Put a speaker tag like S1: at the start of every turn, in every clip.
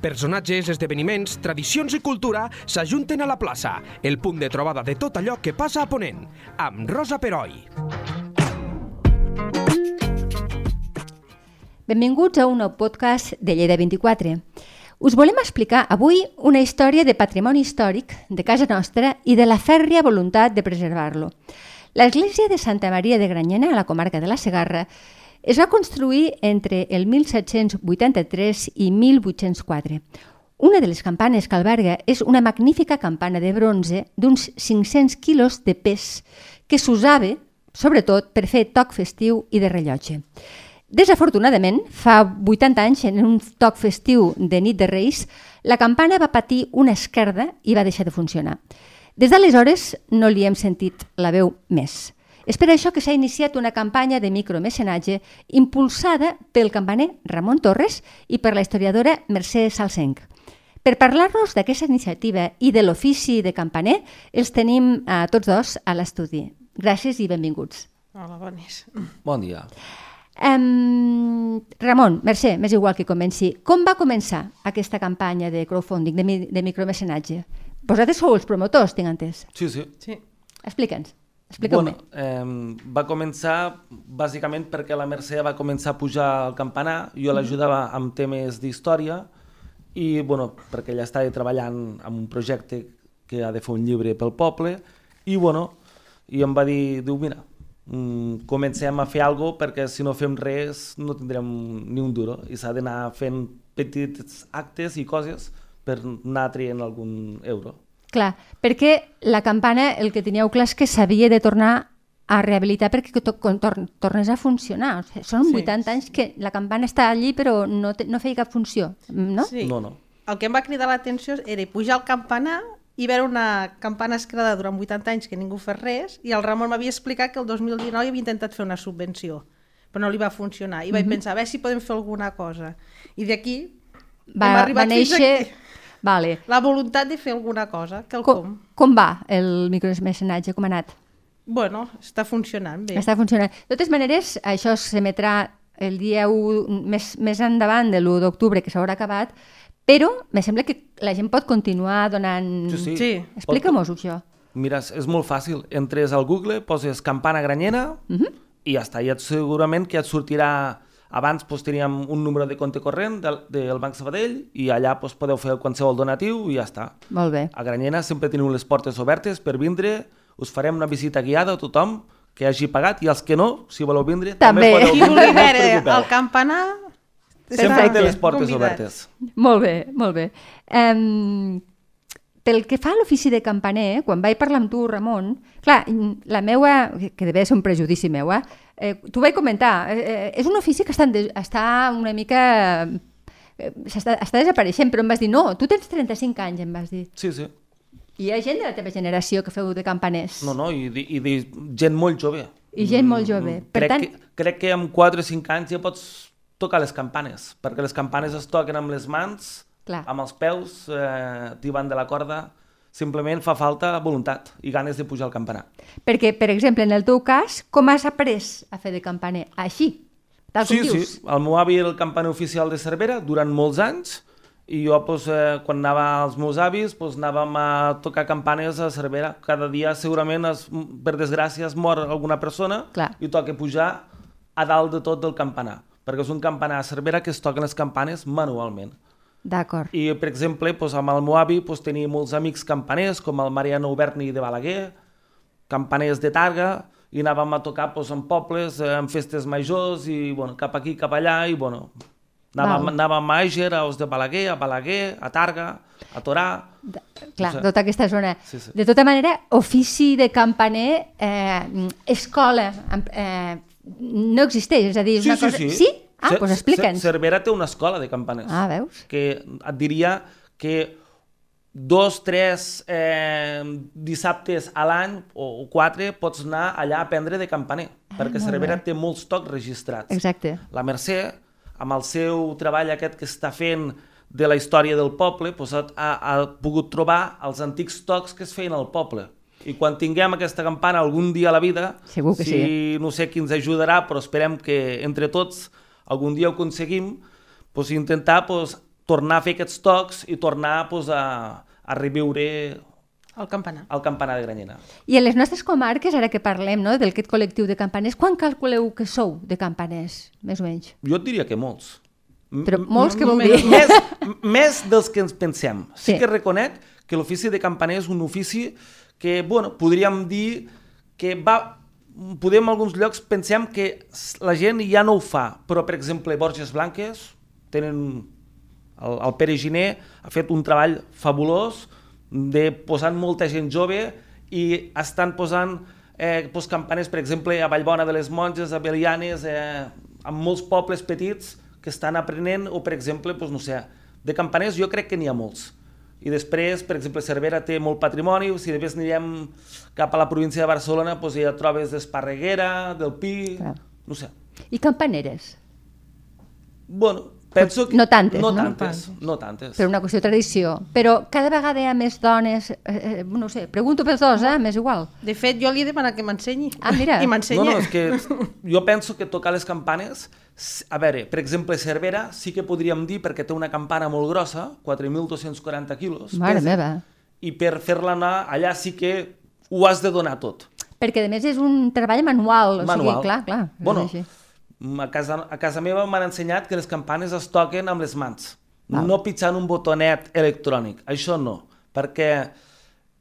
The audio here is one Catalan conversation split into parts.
S1: Personatges, esdeveniments, tradicions i cultura s'ajunten a la plaça, el punt de trobada de tot allò que passa a Ponent, amb Rosa Peroi.
S2: Benvinguts a un nou podcast de Lleida 24. Us volem explicar avui una història de patrimoni històric de casa nostra i de la fèrria voluntat de preservar-lo. L'església de Santa Maria de Granyena, a la comarca de la Segarra, es va construir entre el 1783 i 1804. Una de les campanes que alberga és una magnífica campana de bronze d'uns 500 quilos de pes que s'usava, sobretot, per fer toc festiu i de rellotge. Desafortunadament, fa 80 anys, en un toc festiu de nit de Reis, la campana va patir una esquerda i va deixar de funcionar. Des d'aleshores no li hem sentit la veu més. És per això que s'ha iniciat una campanya de micromecenatge impulsada pel campaner Ramon Torres i per la historiadora Mercè Salsenc. Per parlar-nos d'aquesta iniciativa i de l'ofici de campaner, els tenim a tots dos a l'estudi. Gràcies i benvinguts.
S3: Hola, bones.
S4: Bon dia.
S2: Um, Ramon, Mercè, m'és igual que comenci. Com va començar aquesta campanya de crowdfunding, de, mi de micromecenatge? Vosaltres sou els promotors, tinc entès.
S4: Sí, sí.
S3: Sí.
S2: Explica'ns. Explica'm.
S4: Bueno, eh, va començar bàsicament perquè la Mercè va començar a pujar al campanar, jo
S3: Mhm.
S4: l'ajudava amb temes d'història i bueno, perquè ella estava treballant en un projecte que ha de fer un llibre pel poble i, bueno, i em va dir, diu, mira, mm, comencem a fer alguna cosa perquè si no fem res no tindrem ni un duro i s'ha d'anar fent petits actes i coses per anar traient algun euro.
S2: Clar, perquè la campana el que teníeu clar és que s'havia de tornar a rehabilitar perquè to con- tor tornés a funcionar. O sigui, són
S3: Sí.
S2: 80 anys que la campana està allí però no, te- no feia cap funció, no?
S3: Sí.
S4: No, no.
S3: El que em va cridar l'atenció era pujar al campanar i veure una campana escrada durant 80 anys que ningú fes res i el Ramon m'havia explicat que el 2019 havia intentat fer una subvenció però no li va funcionar i vaig
S2: Mhm.
S3: pensar, a veure si podem fer alguna cosa i d'aquí hem
S2: Va, va
S3: arribat fins
S2: néixer...
S3: aquí
S2: Vale.
S3: la voluntat de fer alguna cosa quelcom,
S2: Com, com va el micromecenatge? Com ha anat?
S3: bueno, està funcionant bé
S2: Està funcionant. De totes maneres, això s'emetrà el dia 1, més, més endavant de l'1 d'octubre, que s'haurà acabat, però me sembla que la gent pot continuar donant...
S4: Sí, sí.
S3: Sí.
S2: Explica-m'ho, això.
S4: Mira, és- és molt fàcil. Entres al Google, poses campana granyena i ja està. I et, segurament que et sortirà... Abans doncs, teníem un número de compte corrent del, del Banc Sabadell i allà doncs, podeu fer qualsevol donatiu i ja està.
S2: Molt bé.
S4: A Granyena sempre teniu les portes obertes per vindre. Us farem una visita guiada a tothom que hagi pagat i els que no, si voleu vindre,
S2: També.
S4: també, podeu
S3: qui
S4: vindre.
S3: vulgui
S4: no us
S3: veure
S4: preocupeu.
S3: el campanar
S4: Sempre
S2: Perfecte.
S4: té les portes
S3: Convidats.
S4: obertes.
S2: Molt bé, molt bé. Um, pel que fa a l'ofici de campaner, eh, quan vaig parlar amb tu, Ramon, clar, mm, la meua, que deve ser un prejudici meu, eh? eh T'ho vaig comentar, eh, eh, és un ofici que està, en de, està una mica... eh, s'està- està desapareixent, però em vas dir, no, tu tens 35 anys, em vas dir.
S4: Sí, sí.
S2: I hi ha gent de la teva generació que feu de campaners.
S4: No, no, i, di- i di- gent molt jove.
S2: I gent molt jove.
S4: Mm,
S2: Per
S4: crec,
S2: tant-
S4: que, crec que amb 4 o 5 anys ja pots tocar les campanes, perquè les campanes es toquen amb les mans,
S2: Clar.
S4: amb els peus, eh, tibant de la corda, simplement fa falta voluntat i ganes de pujar al campanar.
S2: Perquè, per exemple, en el teu cas, com has après a fer de campaner? Així, tal com
S4: sí,
S2: dius.
S4: sí, el meu avi era el campaner oficial de Cervera durant molts anys i jo doncs, eh, quan anava als meus avis doncs, anàvem a tocar campanes a Cervera. Cada dia segurament, es, per desgràcia, es mor alguna persona
S2: Clar.
S4: i toca pujar a dalt de tot del campanar perquè és un campanar a Cervera que es toquen les campanes manualment.
S2: D'acord.
S4: I, per exemple, doncs, amb el meu avi doncs, tenia molts amics campaners, com el Mariano Uberni de Balaguer, campaners de Targa, i anàvem a tocar doncs, en pobles, eh, en festes majors, i bueno, cap aquí, cap allà, i bueno, anàvem,
S2: Val.
S4: anàvem a Àger, a Os de Balaguer, a Balaguer, a Targa, a Torà...
S2: De, clar,
S4: sigui-
S2: tota aquesta zona.
S4: Sí, sí.
S2: De tota manera, ofici de campaner, eh, mm, escola, em- eh, no existeix, és a dir, és una cosa... Sí? Ah,
S4: Cer-
S2: doncs pues explica'ns.
S4: Cer- Cervera té una escola de campaners.
S2: Ah, veus?
S4: que et diria que dos, tres eh, dissabtes a l'any o, o quatre pots anar allà a aprendre de campaner, ah, perquè
S2: molt
S4: Cervera
S2: bé.
S4: té molts tocs registrats.
S2: Exacte.
S4: La Mercè, amb el seu treball aquest que està fent de la història del poble, doncs ha, ha, ha pogut trobar els antics tocs que es feien al poble. I quan tinguem aquesta campana algun dia a la vida,
S2: Segur que eh?
S4: si no sé qui ens ajudarà, però esperem que entre tots algun dia ho aconseguim, doncs intentar doncs, tornar a fer aquests tocs i tornar pues, a, a reviure
S3: El campanar.
S4: el campanar de Granyena.
S2: I en les nostres comarques, ara que parlem no, d'aquest col·lectiu de campaners, quan calculeu que sou de campaners, més o menys?
S4: Jo et diria que molts. M-
S2: Però molts que vol
S3: menys
S2: dir...
S4: més, m- més dels que ens pensem. Sí,
S2: Sí.
S4: sí. que reconec que l'ofici de campaner és un ofici que, bueno, podríem dir que va... Podem en alguns llocs pensem que s- la gent ja no ho fa, però, per exemple, Borges Blanques, tenen el, el Pere Giné ha fet un treball fabulós de posant molta gent jove i estan posant eh, doncs campanes, per exemple, a Vallbona de les Monges, a Belianes, eh, en molts pobles petits que estan aprenent, o per exemple, doncs, no sé, de campaners jo crec que n'hi ha molts. I després, per exemple, Cervera té molt patrimoni, si després anirem cap a la província de Barcelona, doncs ja trobes d'Esparreguera, del Pi,
S2: Clar.
S4: no sé.
S2: I campaneres?
S4: Bueno, penso que...
S2: No tantes,
S4: no
S2: no?
S4: tantes, no tantes.
S2: Per una qüestió de tradició. Però cada vegada hi ha més dones... Eh, eh, no ho sé, pregunto pels dos, eh? M'és igual.
S3: De fet, jo li he demanat que m'ensenyi.
S2: Ah, mira.
S3: I m'ensenya.
S4: No, no, és que jo penso que tocar les campanes... s- A veure, per exemple, Cervera sí que podríem dir, perquè té una campana molt grossa, 4.240 quilos,
S2: Mare
S4: pesa,
S2: meva.
S4: i per fer-la anar allà sí que ho has de donar tot.
S2: Perquè, a més, és un treball manual. O
S4: manual.
S2: sigui, clar, clar. és
S4: Bueno,
S2: així.
S4: a casa, a casa meva m'han ensenyat que les campanes es toquen amb les mans,
S2: Val.
S4: no pitjant un botonet electrònic. Això no, perquè...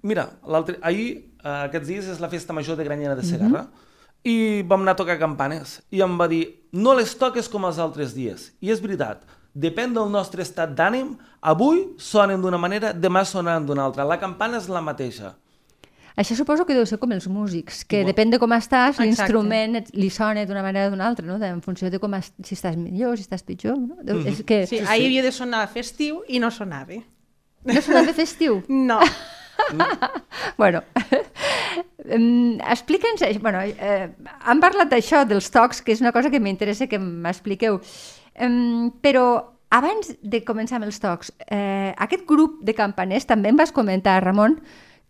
S4: Mira, l'altre- ahir, eh, aquests dies, és la festa major de Granyena de Segarra,
S2: Mhm.
S4: i vam anar a tocar campanes, i em va dir, no les toques com els altres dies. I és veritat, depèn del nostre estat d'ànim, avui sonen d'una manera, demà sonen d'una altra. La campana és la mateixa.
S2: Això suposo que deu ser com els músics, que depèn de com estàs,
S3: Exacte.
S2: l'instrument et- li sona d'una manera o d'una altra, no? De- en funció de com est si estàs millor, si estàs pitjor. No? Deu, és que
S3: Mm-hmm. Sí, ahir havia de sonar festiu i no sonava.
S2: no sona de festiu.
S3: No.
S2: bueno, em, explica'ns... eh, Bueno, eh, han parlat d'això, dels tocs, que és una cosa que m'interessa que m'expliqueu. Em, però abans de començar amb els tocs, eh, aquest grup de campaners, també em vas comentar, Ramon,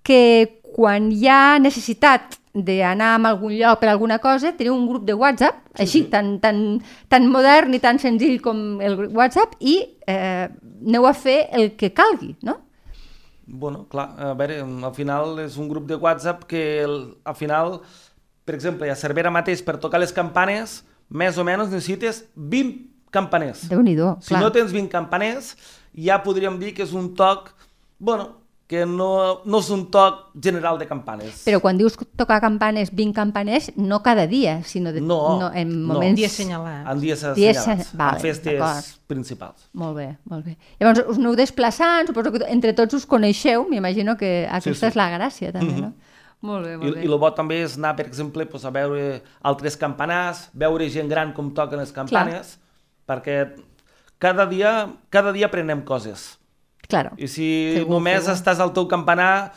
S2: que quan hi ha necessitat d'anar a algun lloc per alguna cosa, teniu un grup de WhatsApp, així, Tan, tan, tan modern i tan senzill com el gru- WhatsApp, i eh, aneu a fer el que calgui, no?
S4: Bueno, clar, a veure, mm, al final és un grup de WhatsApp que el, al final, per exemple, a Cervera mateix, per tocar les campanes, més o menys necessites 20 campaners.
S2: Déu-n'hi-do,
S4: Si no tens 20 campaners, ja podríem dir que és un toc, bueno, que no, no és un toc general de campanes.
S2: Però quan dius tocar campanes, 20 campaners, no cada dia, sinó de,
S4: No,
S2: en
S4: no.
S2: moments...
S3: Dies assenyalat.
S4: En dies
S2: Dies
S4: assenyalats,
S2: se- vale,
S4: en
S2: d'acord.
S4: festes principals.
S2: Molt bé, molt bé. Llavors, us aneu desplaçant, suposo que entre tots us coneixeu, m'imagino que aquesta
S4: sí. Mhm.
S2: és la gràcia, també, no? Molt bé,
S4: I,
S2: molt bé.
S4: I el bo també és anar, per exemple, doncs, a veure altres campanars, veure gent gran com toquen les campanes, perquè cada dia, cada dia aprenem coses.
S2: Claro.
S4: I si
S2: Segur,
S4: només
S2: segur.
S4: estàs al teu campanar,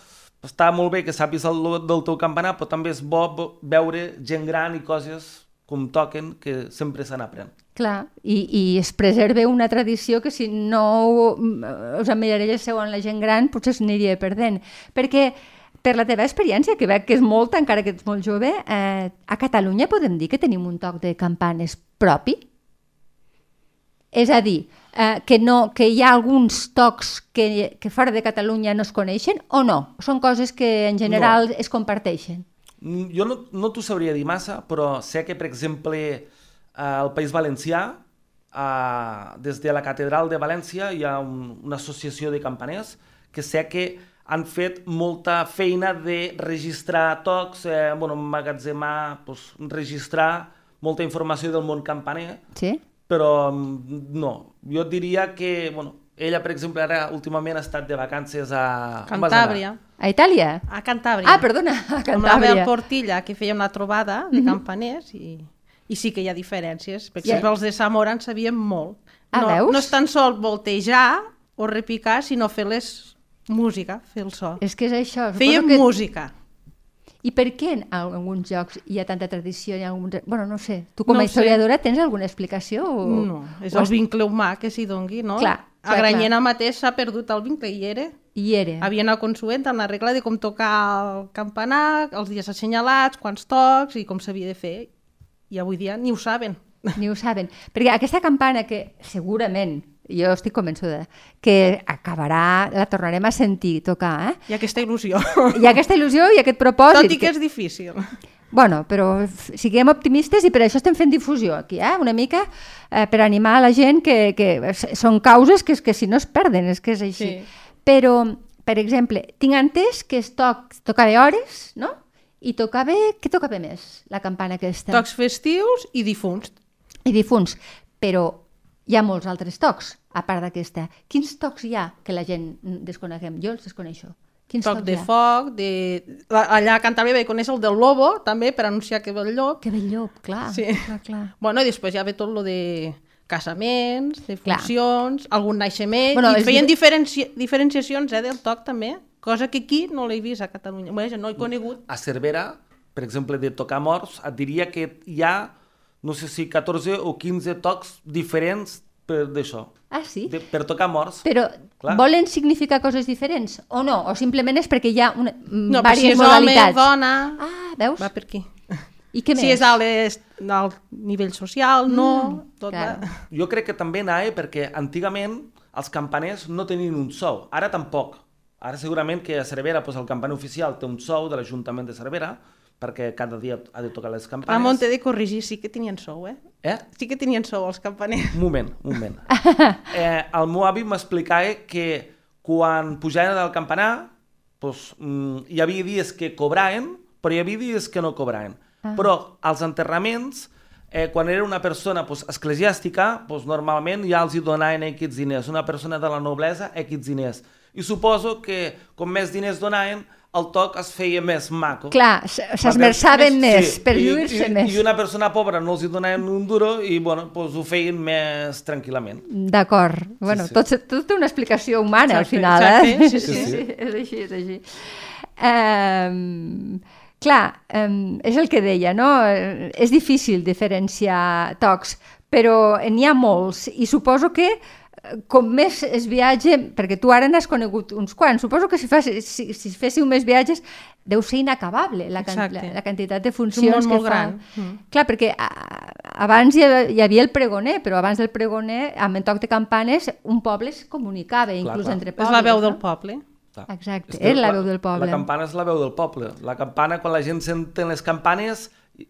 S4: està molt bé que sàpis el, del teu campanar, però també és bo bo- veure gent gran i coses com toquen, que sempre se n'aprèn.
S2: Clar, i, i es preserva una tradició que si no mm, us emmirallesseu en la gent gran potser s'aniria perdent. Perquè per la teva experiència, que veig que és molta, encara que ets molt jove, eh, a Catalunya podem dir que tenim un toc de campanes propi? És a dir, eh, que, no, que hi ha alguns tocs que, que fora de Catalunya no es coneixen o no? Són coses que en general no. es comparteixen.
S4: Mm, Jo no, no t'ho sabria dir massa, però sé que, per exemple, eh, al País Valencià, eh, des de la Catedral de València hi ha un, una associació de campaners que sé que han fet molta feina de registrar tocs, eh, bueno, emmagatzemar, doncs, registrar molta informació del món campaner,
S2: Sí?
S4: però mm, no, jo et diria que, bueno, ella, per exemple, ara últimament ha estat de vacances a... on vas anar?
S3: Cantàbria.
S2: A Itàlia?
S3: A Cantàbria.
S2: Ah, perdona, a
S3: Amb la Bel
S2: Cantàbria. Mhm.
S3: Portilla, que feia una trobada de campaners i, i sí que hi ha diferències. Per
S2: Hi ha-
S3: exemple, els de Zamora en sabien molt.
S2: Ah,
S3: no,
S2: veus?
S3: no és tan sol voltejar o repicar, sinó fer les música, fer el so.
S2: És que és això. suposo
S3: Feien
S2: que...
S3: música.
S2: I per què en alguns jocs hi ha tanta tradició? Hi ha alguns... Bueno, no ho sé. Tu com
S3: No
S2: a
S3: ho sé.
S2: historiadora tens alguna explicació? O...
S3: No, és
S2: o
S3: el vincle humà que s'hi dongui, no?
S2: Oh. Clar, clar,
S3: a Granyena mateix s'ha perdut el vincle i era.
S2: Hi era.
S3: Havia una consuenta amb la regla de com tocar el campanar, els dies assenyalats, quants tocs i com s'havia de fer. I avui dia ni ho saben.
S2: Ni ho saben. Perquè aquesta campana que segurament Jo estic convençuda que acabarà, la tornarem a sentir tocar, eh?
S3: I aquesta il·lusió.
S2: Hi ha aquesta il·lusió i aquest propòsit.
S3: Tot i que és difícil.
S2: Bueno, però f- siguem optimistes i per això estem fent difusió aquí, eh? una mica eh, per animar a la gent que, que s- són causes que, és que si no es perden, és que és així.
S3: Sí.
S2: Però, per exemple, tinc entès que es toc, tocava hores, no? I tocava... Què tocava més, la campana aquesta?
S3: Tocs festius i difunts.
S2: I difunts. Però hi ha molts altres tocs, a part d'aquesta. Quins tocs hi ha que la gent mm, desconeguem? Jo els desconeixo. Quins
S3: Toc
S2: tocs
S3: de
S2: hi ha?
S3: foc, de... la- allà a Cantàbria vaig conèixer el del lobo, també, per anunciar que ve el llop.
S2: Que bell llop, clar,
S3: Sí.
S2: clar, clar.
S3: Bueno, i després ja ve tot lo de casaments, de
S2: Clar.
S3: funcions, algun naixement,
S2: Bueno,
S3: bueno,
S2: és
S3: i feien
S2: dir-
S3: diferenci diferenciacions eh, del toc també, cosa que aquí no l'he vist a Catalunya. Bé, jo no he conegut.
S4: A Cervera, per exemple, de tocar morts, et diria que hi ha, no sé si 14 o 15 tocs diferents per d'això,
S2: Ah, sí?
S4: de- per tocar morts.
S2: Però Clar.
S4: Clar.
S2: volen significar coses diferents o no? O simplement és perquè hi ha una, no,
S3: No, però si
S2: diverses
S3: és home,
S2: modalitats?
S3: dona...
S2: Ah, veus?
S3: Va per aquí.
S2: I què
S3: Si
S2: més?
S3: és a l'est, al nivell social, no... Mm, tot
S2: claro.
S3: va...
S4: Jo crec que també anava perquè antigament els campaners no tenien un sou, ara tampoc. Ara segurament que a Cervera doncs, el campaner oficial té un sou de l'Ajuntament de Cervera perquè cada dia ha de tocar les
S3: A
S4: campanes.
S3: Monte de Corrigir sí que tenien sou, eh?
S4: Eh?
S3: Sí que tenien sou els campaners.
S4: Un moment, un moment. Eh, el meu avi m'explicava que quan pujaven del campanar doncs, mm, hi havia dies que cobraven, però hi havia dies que no cobraven. Ah. Però als enterraments, eh, quan era una persona doncs, esclesiàstica, doncs, normalment ja els hi donaven aquests diners. Una persona de la noblesa, aquests diners. I suposo que com més diners donaven, el toc es feia més maco.
S2: Clar, s- s'esmerçaven més,
S4: Sí,
S2: per
S4: i-
S2: lluir-se
S4: i-
S2: més.
S4: I una persona pobra no els hi donaven un duro i bueno, pues, ho feien més tranquil·lament.
S2: D'acord. Bueno,
S4: sí.
S2: Tot, se- tot té una explicació humana
S3: Exacte,
S2: al final, eh?
S3: exacte, sí, sí.
S2: És així, és així. Um, clar, um, és el que deia, no? Eh, És difícil diferenciar tocs, però n'hi ha molts i suposo que eh, com més es viatge, perquè tu ara n'has conegut uns quants, suposo que si, fas, si, si féssiu més viatges deu ser inacabable la, can,
S3: Exacte.
S2: la, la quantitat de funcions
S3: És un món
S2: que
S3: molt
S2: fa.
S3: gran.
S2: Mm. Clar, perquè a, abans hi ha- hi havia el pregoner, però abans del pregoner, amb el toc de campanes, un poble es comunicava, inclús
S4: clar.
S2: entre pobles.
S3: És la veu del
S2: no?
S3: poble.
S4: Clar.
S2: Exacte,
S4: És que
S2: era la veu del poble.
S4: La campana és la veu del poble. La campana, quan la gent senten les campanes,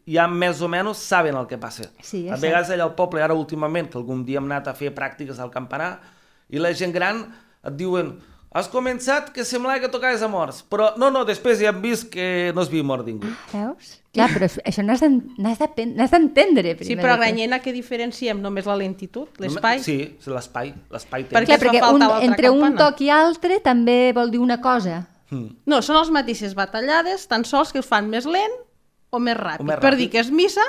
S4: ja més o menys saben el que passa.
S2: Sí,
S4: a
S2: és
S4: vegades allà al poble, ara últimament, que algun dia hem anat a fer pràctiques al campanar, i la gent gran et diuen has començat que semblava que tocaves a morts, però no, no, després ja hem vist que no es viu mort ningú.
S2: Veus? Clar, però això- això n'has d'en- n'has d'apen- n'has d'entendre primer.
S3: Sí, però a
S2: de tot.
S3: Granyena què diferenciem? Només la lentitud, l'espai?
S4: Sí, sí, l'espai. L'espai
S3: Per
S2: Clar,
S4: té.
S3: Què fa
S2: perquè
S3: falta
S2: un,
S3: l'altra
S2: entre un
S3: campana?
S2: toc i altre també vol dir una cosa.
S3: No, són les mateixes batallades, tan sols que us fan més lent o més ràpid,
S4: O més
S3: per
S4: ràpid.
S3: dir que és missa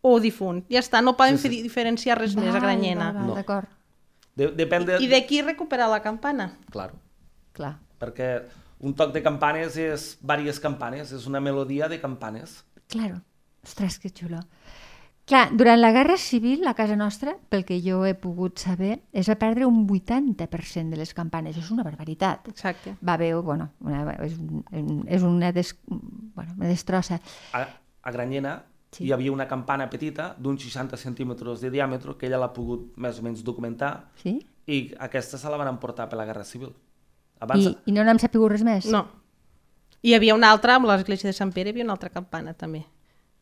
S3: o difunt. Ja està, no poden
S4: Sí,
S3: sí,
S4: sí.
S3: sí. diferenciar res més a
S2: Val,
S3: Granyena.
S2: val, val,
S4: No.
S2: D'acord,
S4: De, depèn de...
S3: I de qui recuperar la campana?
S4: Claro.
S2: clar.
S4: perquè un toc de campanes és diverses campanes, és una melodia de campanes.
S2: Claro. Ostres, que xulo. Clar, durant la Guerra Civil, la casa nostra, pel que jo he pogut saber, es va perdre un 80% de les campanes. Això és una barbaritat.
S3: Exacte.
S2: Va haver, bueno, una, és, un, és una, des, bueno, una destrossa.
S4: A, a Granyena
S2: Sí.
S4: sí. hi havia una campana petita d'uns 60 centímetres de diàmetre que ella l'ha pogut més o menys documentar
S2: Sí?
S4: i aquesta se la van emportar per la Guerra Civil.
S2: I,
S4: Abans, I...
S2: I no n'hem sabut res més?
S3: No. Hi havia una altra, amb l'església de Sant Pere, hi havia una altra campana, també.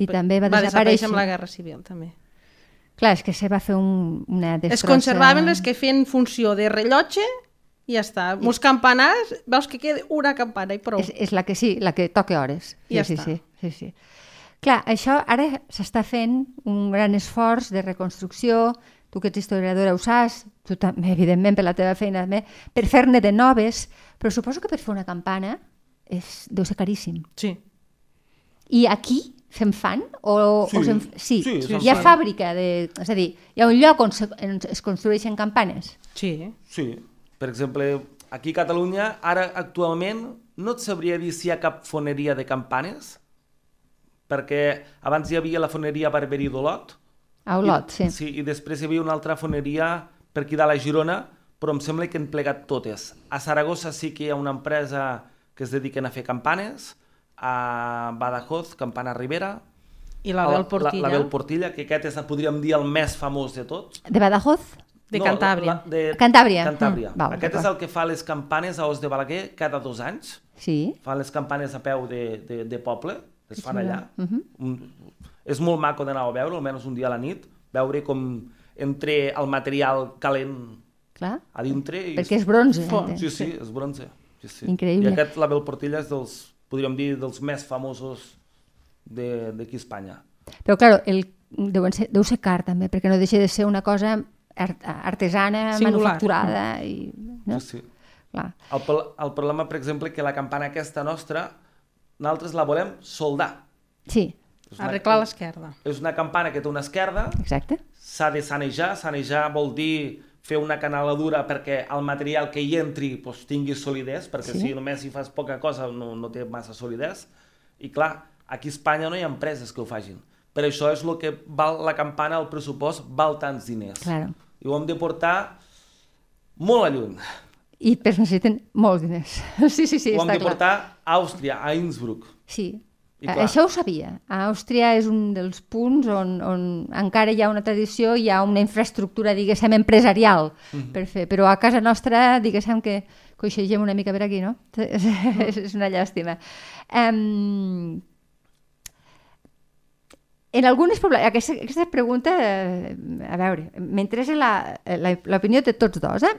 S2: I també va,
S3: va
S2: desaparèixer.
S3: desaparèixer amb la Guerra Civil, també.
S2: Clar, és que se va fer un, una
S3: Es
S2: destrossa...
S3: conservaven les que feien funció de rellotge i ja està. Molts campanars, veus que queda una campana i prou.
S2: És, és la que sí, la que toca hores. Sí,
S3: Ja
S2: sí,
S3: està.
S2: sí, sí, sí. Clar, això ara s'està fent un gran esforç de reconstrucció, tu que ets historiadora ho saps, tu també, evidentment, per la teva feina també, per fer-ne de noves, però suposo que per fer una campana és, deu ser caríssim.
S3: Sí.
S2: I aquí se'n fan? O,
S4: Sí,
S2: o se'n, sí,
S4: sí, se'n
S2: hi ha
S4: fan.
S2: fàbrica, de, és a dir, hi ha un lloc on se, on es construeixen campanes?
S3: Sí.
S4: sí, per exemple, aquí a Catalunya, ara actualment, no et sabria dir si hi ha cap foneria de campanes, perquè abans hi havia la foneria Barberí d'Olot,
S2: A Olot, sí.
S4: I, sí, i després hi havia una altra foneria per aquí de la Girona, però em sembla que han plegat totes. A Saragossa sí que hi ha una empresa que es dediquen a fer campanes, a Badajoz, Campana Ribera,
S3: I la
S4: a
S3: Bel Portilla.
S4: La, la Bel Portilla, que aquest és, podríem dir, el més famós de tots.
S2: De Badajoz?
S3: De Cantàbria.
S4: La, la, de...
S2: Cantàbria.
S4: Cantàbria.
S2: Mm, val,
S4: Aquest és el
S2: d'acord.
S4: que fa les campanes a Os de Balaguer cada dos anys.
S2: Sí,
S4: Fan les campanes a peu de, de, de poble, les fan allà.
S2: Mhm.
S4: un, és molt maco d'anar a veure, almenys un dia a la nit, veure com entre el material calent
S2: clar.
S4: a dintre... I
S2: Perquè és bronze,
S4: Fa-
S2: entenc.
S4: Sí, sí, és bronze. Sí, sí.
S2: Increïble.
S4: I aquest, l'Abel Portilla, és dels, podríem dir, dels més famosos de- d'aquí a Espanya.
S2: Però, clar, el, deuen ser, deu ser car, també, perquè no deixa de ser una cosa art, artesana,
S3: Singular.
S2: manufacturada. I, no?
S4: Sí, sí.
S2: Clar.
S4: El, pro- el problema, per exemple, que la campana aquesta nostra, nosaltres la volem soldar.
S2: sí,
S4: És una,
S3: Arreglar l'esquerda.
S4: és una campana que té una esquerda,
S2: exacte.
S4: s'ha de sanejar. Sanejar vol dir fer una canaladura perquè el material que hi entri doncs, tingui solidesa, perquè
S2: Sí.
S4: sí. si només hi fas poca cosa no, no té massa solidesa. I clar, aquí a Espanya no hi ha empreses que ho fagin. Per això és el que val la campana, el pressupost, val tants diners.
S2: Claro.
S4: I ho hem de portar molt a lluny.
S2: I per això necessiten molts diners. Sí, sí, sí,
S4: ho hem
S2: està
S4: de
S2: clar.
S4: portar a Àustria, a Innsbruck.
S2: Sí.
S4: I
S2: Eh,
S4: clar.
S2: Això ho sabia. A Àustria és un dels punts on, on encara hi ha una tradició, hi ha una infraestructura, diguéssim, empresarial
S4: Mhm.
S2: per fer. Però a casa nostra, diguéssim, que coixegem una mica per aquí, no? És és una llàstima. Um, en algunes poblacions... Aquesta, aquesta pregunta, eh, a veure, m'interessa la- la- l'opinió de tots dos. Eh?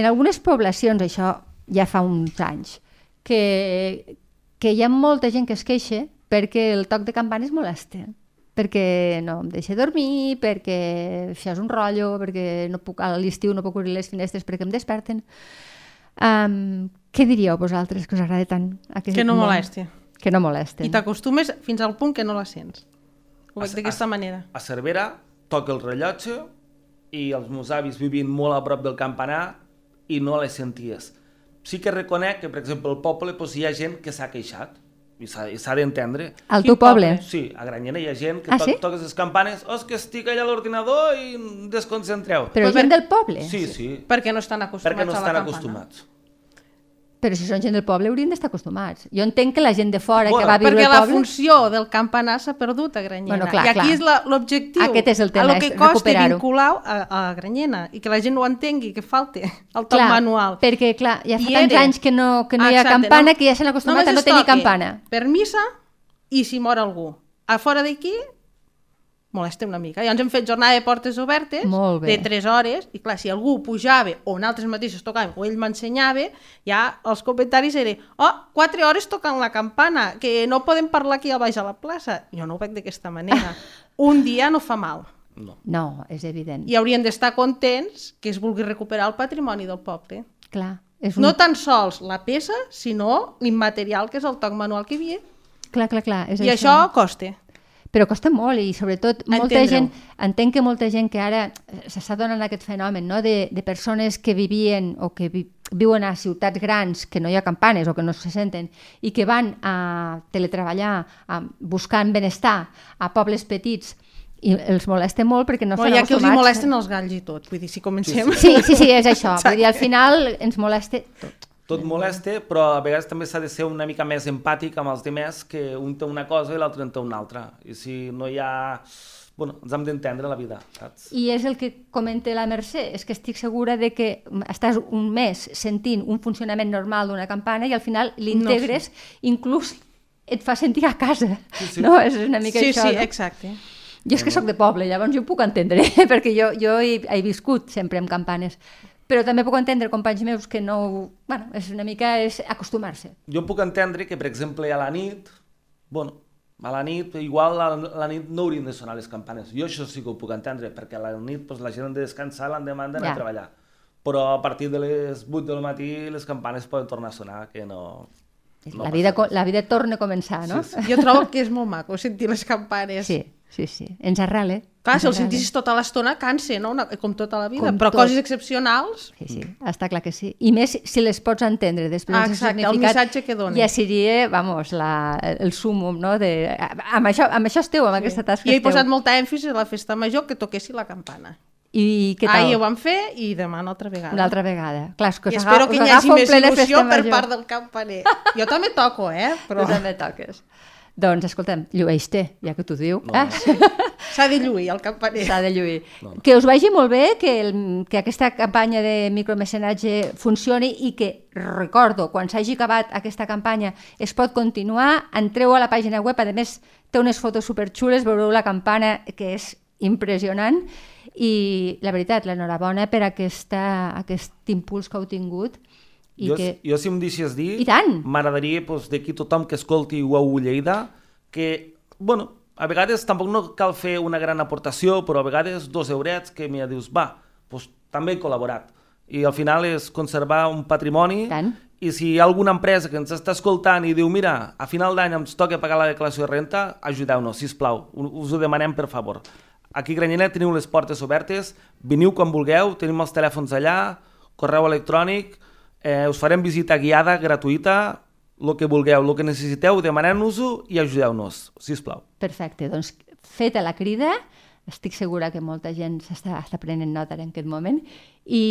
S2: En algunes poblacions, això ja fa uns anys, que, que hi ha molta gent que es queixa perquè el toc de campana és molesta perquè no em deixa dormir, perquè això és un rotllo, perquè no puc, a l'estiu no puc obrir les finestres perquè em desperten. Um, què diríeu vosaltres que us agrada tant? Aquest
S3: Que no
S2: món?
S3: molesti.
S2: Que no molesti.
S3: I t'acostumes fins al punt que no la sents. Ho veig
S4: Has-
S3: d'aquesta
S4: has-
S3: manera.
S4: A Cervera toca el rellotge i els meus avis vivien molt a prop del campanar i no les senties. Sí que reconec que, per exemple, al poble doncs, hi ha gent que s'ha queixat i s'ha i s'ha d'entendre.
S2: Al
S3: Quin
S2: teu poble?
S4: Sí, a Granyena hi ha gent que
S2: Ah,
S4: to
S2: sí?
S4: toques les campanes oh, és que estic allà a l'ordinador i em desconcentreu.
S2: Però
S3: Però
S2: gent
S3: per-
S2: del poble?
S4: sí, sí,
S3: Perquè no estan acostumats
S4: perquè no
S3: a la
S4: estan
S3: campana.
S4: acostumats.
S2: Però si són gent del poble haurien d'estar acostumats. Jo entenc que la gent de fora
S4: Bueno,
S2: que va viure
S3: Perquè
S2: al
S3: la
S2: poble...
S3: funció del campanar s'ha perdut a Granyena.
S2: Bueno, clar,
S3: I aquí
S2: clar.
S3: és la- l'objectiu.
S2: Aquest és el tema,
S3: A lo que
S2: és
S3: costi
S2: recuperar-ho.
S3: vincular a, a Granyena i que la gent ho entengui, que falte el toc
S2: clar,
S3: manual.
S2: Perquè, clar, ja fa
S3: Hi
S2: tants
S3: era.
S2: anys que no, que no hi ha
S3: Exacte,
S2: campana, que ja s'han acostumat
S3: Només
S2: a no
S3: es
S2: tenir
S3: toqui
S2: campana.
S3: Per missa i si mor algú. A fora d'aquí molesta una mica. Llavors hem fet jornada de portes obertes
S2: Molt bé.
S3: de 3 hores i clar, si algú pujava o nosaltres mateixos tocàvem o ell m'ensenyava, ja els comentaris eren oh, 4 hores tocant la campana, que no podem parlar aquí a baix a la plaça. Jo no ho veig d'aquesta manera. Un dia no fa mal.
S4: No.
S2: No, és evident.
S3: I haurien d'estar contents que es vulgui recuperar el patrimoni del poble.
S2: Clar, és un...
S3: No tan sols la peça, sinó l'immaterial que és el toc manual que hi havia.
S2: Clar, clar, clar, és
S3: I això costa.
S2: Però costa molt i sobretot molta
S3: Entendre-ho.
S2: gent, entenc que molta gent que ara eh, s'està donant aquest fenomen no? de, de persones que vivien o que vi, viuen a ciutats grans que no hi ha campanes o que no se senten i que van a teletreballar a, buscant benestar a pobles petits i els molesta molt perquè no
S3: No,
S2: estan
S3: ja que els hi
S2: acostumats.
S3: molesten els galls i tot. Vull dir, si comencem...
S2: eh? Sí, sí, sí, és això. Vull dir, al final ens molesta tot.
S4: Tot moleste, però a vegades també s'ha de ser una mica més empàtic amb els demés, que un té una cosa i l'altre en té una altra. I si no hi ha... Bueno, ens hem d'entendre la vida, saps?
S2: I és el que comenta la Mercè, és que estic segura de que estàs un mes sentint un funcionament normal d'una campana i al final l'integres, no, sí. inclús et fa sentir a casa. Sí, sí. No? És una mica
S3: sí,
S2: això.
S3: sí,
S2: no?
S3: exacte.
S2: Jo és que sóc de poble, llavors jo ho puc entendre, perquè jo, jo he, he viscut sempre amb campanes. Però també puc entendre companys meus que no... ho- Bueno, és una mica és acostumar-se.
S4: Jo puc entendre que, per exemple, a la nit... Bueno, a la nit, igual a la, la nit no haurien de sonar les campanes. Jo això sí que ho puc entendre, perquè a la nit doncs, la gent ha de descansar, l'endemà han d'anar
S2: Ja.
S4: a treballar. Però a partir de les 8 del matí les campanes poden tornar a sonar, que no...
S2: la,
S4: no passa
S2: vida,
S4: res.
S2: co- la vida torna a començar, no?
S4: Sí,
S3: Jo trobo que és molt maco sentir les campanes.
S2: sí, sí. sí. Ens arrela. eh?
S3: Clar, si el
S2: Ens arrela.
S3: sentissis tota l'estona, cansa, no? Una, com tota la vida.
S2: Com
S3: Com Però
S2: tot.
S3: coses excepcionals...
S2: Sí, sí, està clar que sí. I més si les pots entendre després
S3: Ah,
S2: del seu
S3: Mm. exacte, el
S2: significat,
S3: missatge que dona.
S2: Ja seria, vamos, la, el sumum, no? De, amb, això, amb això esteu, amb sí. aquesta tasca
S3: I he
S2: esteu.
S3: posat molta èmfisi a la festa major que toquessi la campana.
S2: I què tal?
S3: Ahir ho vam fer i demà una altra vegada.
S2: Una altra vegada. Clar, és que us
S3: I
S2: aga-
S3: espero
S2: us
S3: que hi
S2: agafa
S3: hagi
S2: un
S3: més
S2: ple de
S3: il·lusió
S2: festa
S3: per
S2: major.
S3: part del campaner. Jo també toco, eh?
S2: Tu
S3: Però...
S2: també toques. Doncs, escolta'm, llueix-te, ja que t'ho diu. No, eh?
S3: S'ha de lluir el campaner.
S2: S'ha de lluir. No, no. Que us vagi molt bé, que, el, que aquesta campanya de micromecenatge funcioni i que, recordo, quan s'hagi acabat aquesta campanya es pot continuar, entreu a la pàgina web, a més té unes fotos superxules, veureu la campana que és impressionant i la veritat, l'enhorabona per aquesta, aquest impuls que heu tingut i
S4: jo,
S2: que...
S4: jo si em deixes dir,
S2: I tant!
S4: m'agradaria doncs, d'aquí tothom que escolti UAU Lleida que, bueno, a vegades tampoc no cal fer una gran aportació, però a vegades dos eurets que mira, dius, va, doncs també he col·laborat. I al final és conservar un patrimoni
S2: I tant.
S4: i si hi ha alguna empresa que ens està escoltant i diu, mira, a final d'any ens toca pagar la declaració de renta, ajudeu-nos, sisplau, us ho demanem per favor. Aquí a Granyanet teniu les portes obertes, veniu quan vulgueu, tenim els telèfons allà, correu electrònic, eh, us farem visita guiada, gratuïta, el que vulgueu, el que necessiteu, demanem-nos-ho i ajudeu-nos, sisplau.
S2: Perfecte, doncs feta la crida, estic segura que molta gent s'està està prenent nota en aquest moment i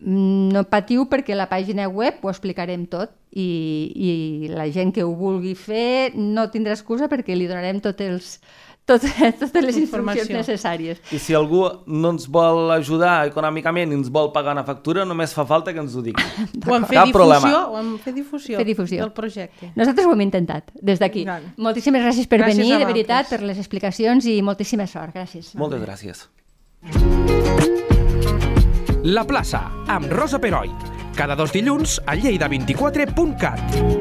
S2: mm, no patiu perquè la pàgina web ho explicarem tot i, i la gent que ho vulgui fer no tindrà excusa perquè li donarem tots els, tot, totes les informacions
S3: Informació.
S2: necessàries.
S4: I si algú no ens vol ajudar econòmicament i ens vol pagar una factura, només fa falta que ens ho digui.
S3: Ho hem fet
S4: Cap
S3: difusió,
S4: problema.
S3: ho hem fet difusió,
S2: Fer difusió.
S3: del projecte.
S2: Nosaltres ho hem intentat des d'aquí.
S3: Gran.
S2: Moltíssimes gràcies per
S3: Gràcies a
S2: venir, de
S3: vosaltres.
S2: veritat, per les explicacions i moltíssima sort. Gràcies.
S4: Moltes gràcies.
S1: La plaça, amb Rosa Peroi. Cada dos dilluns a lleida24.cat.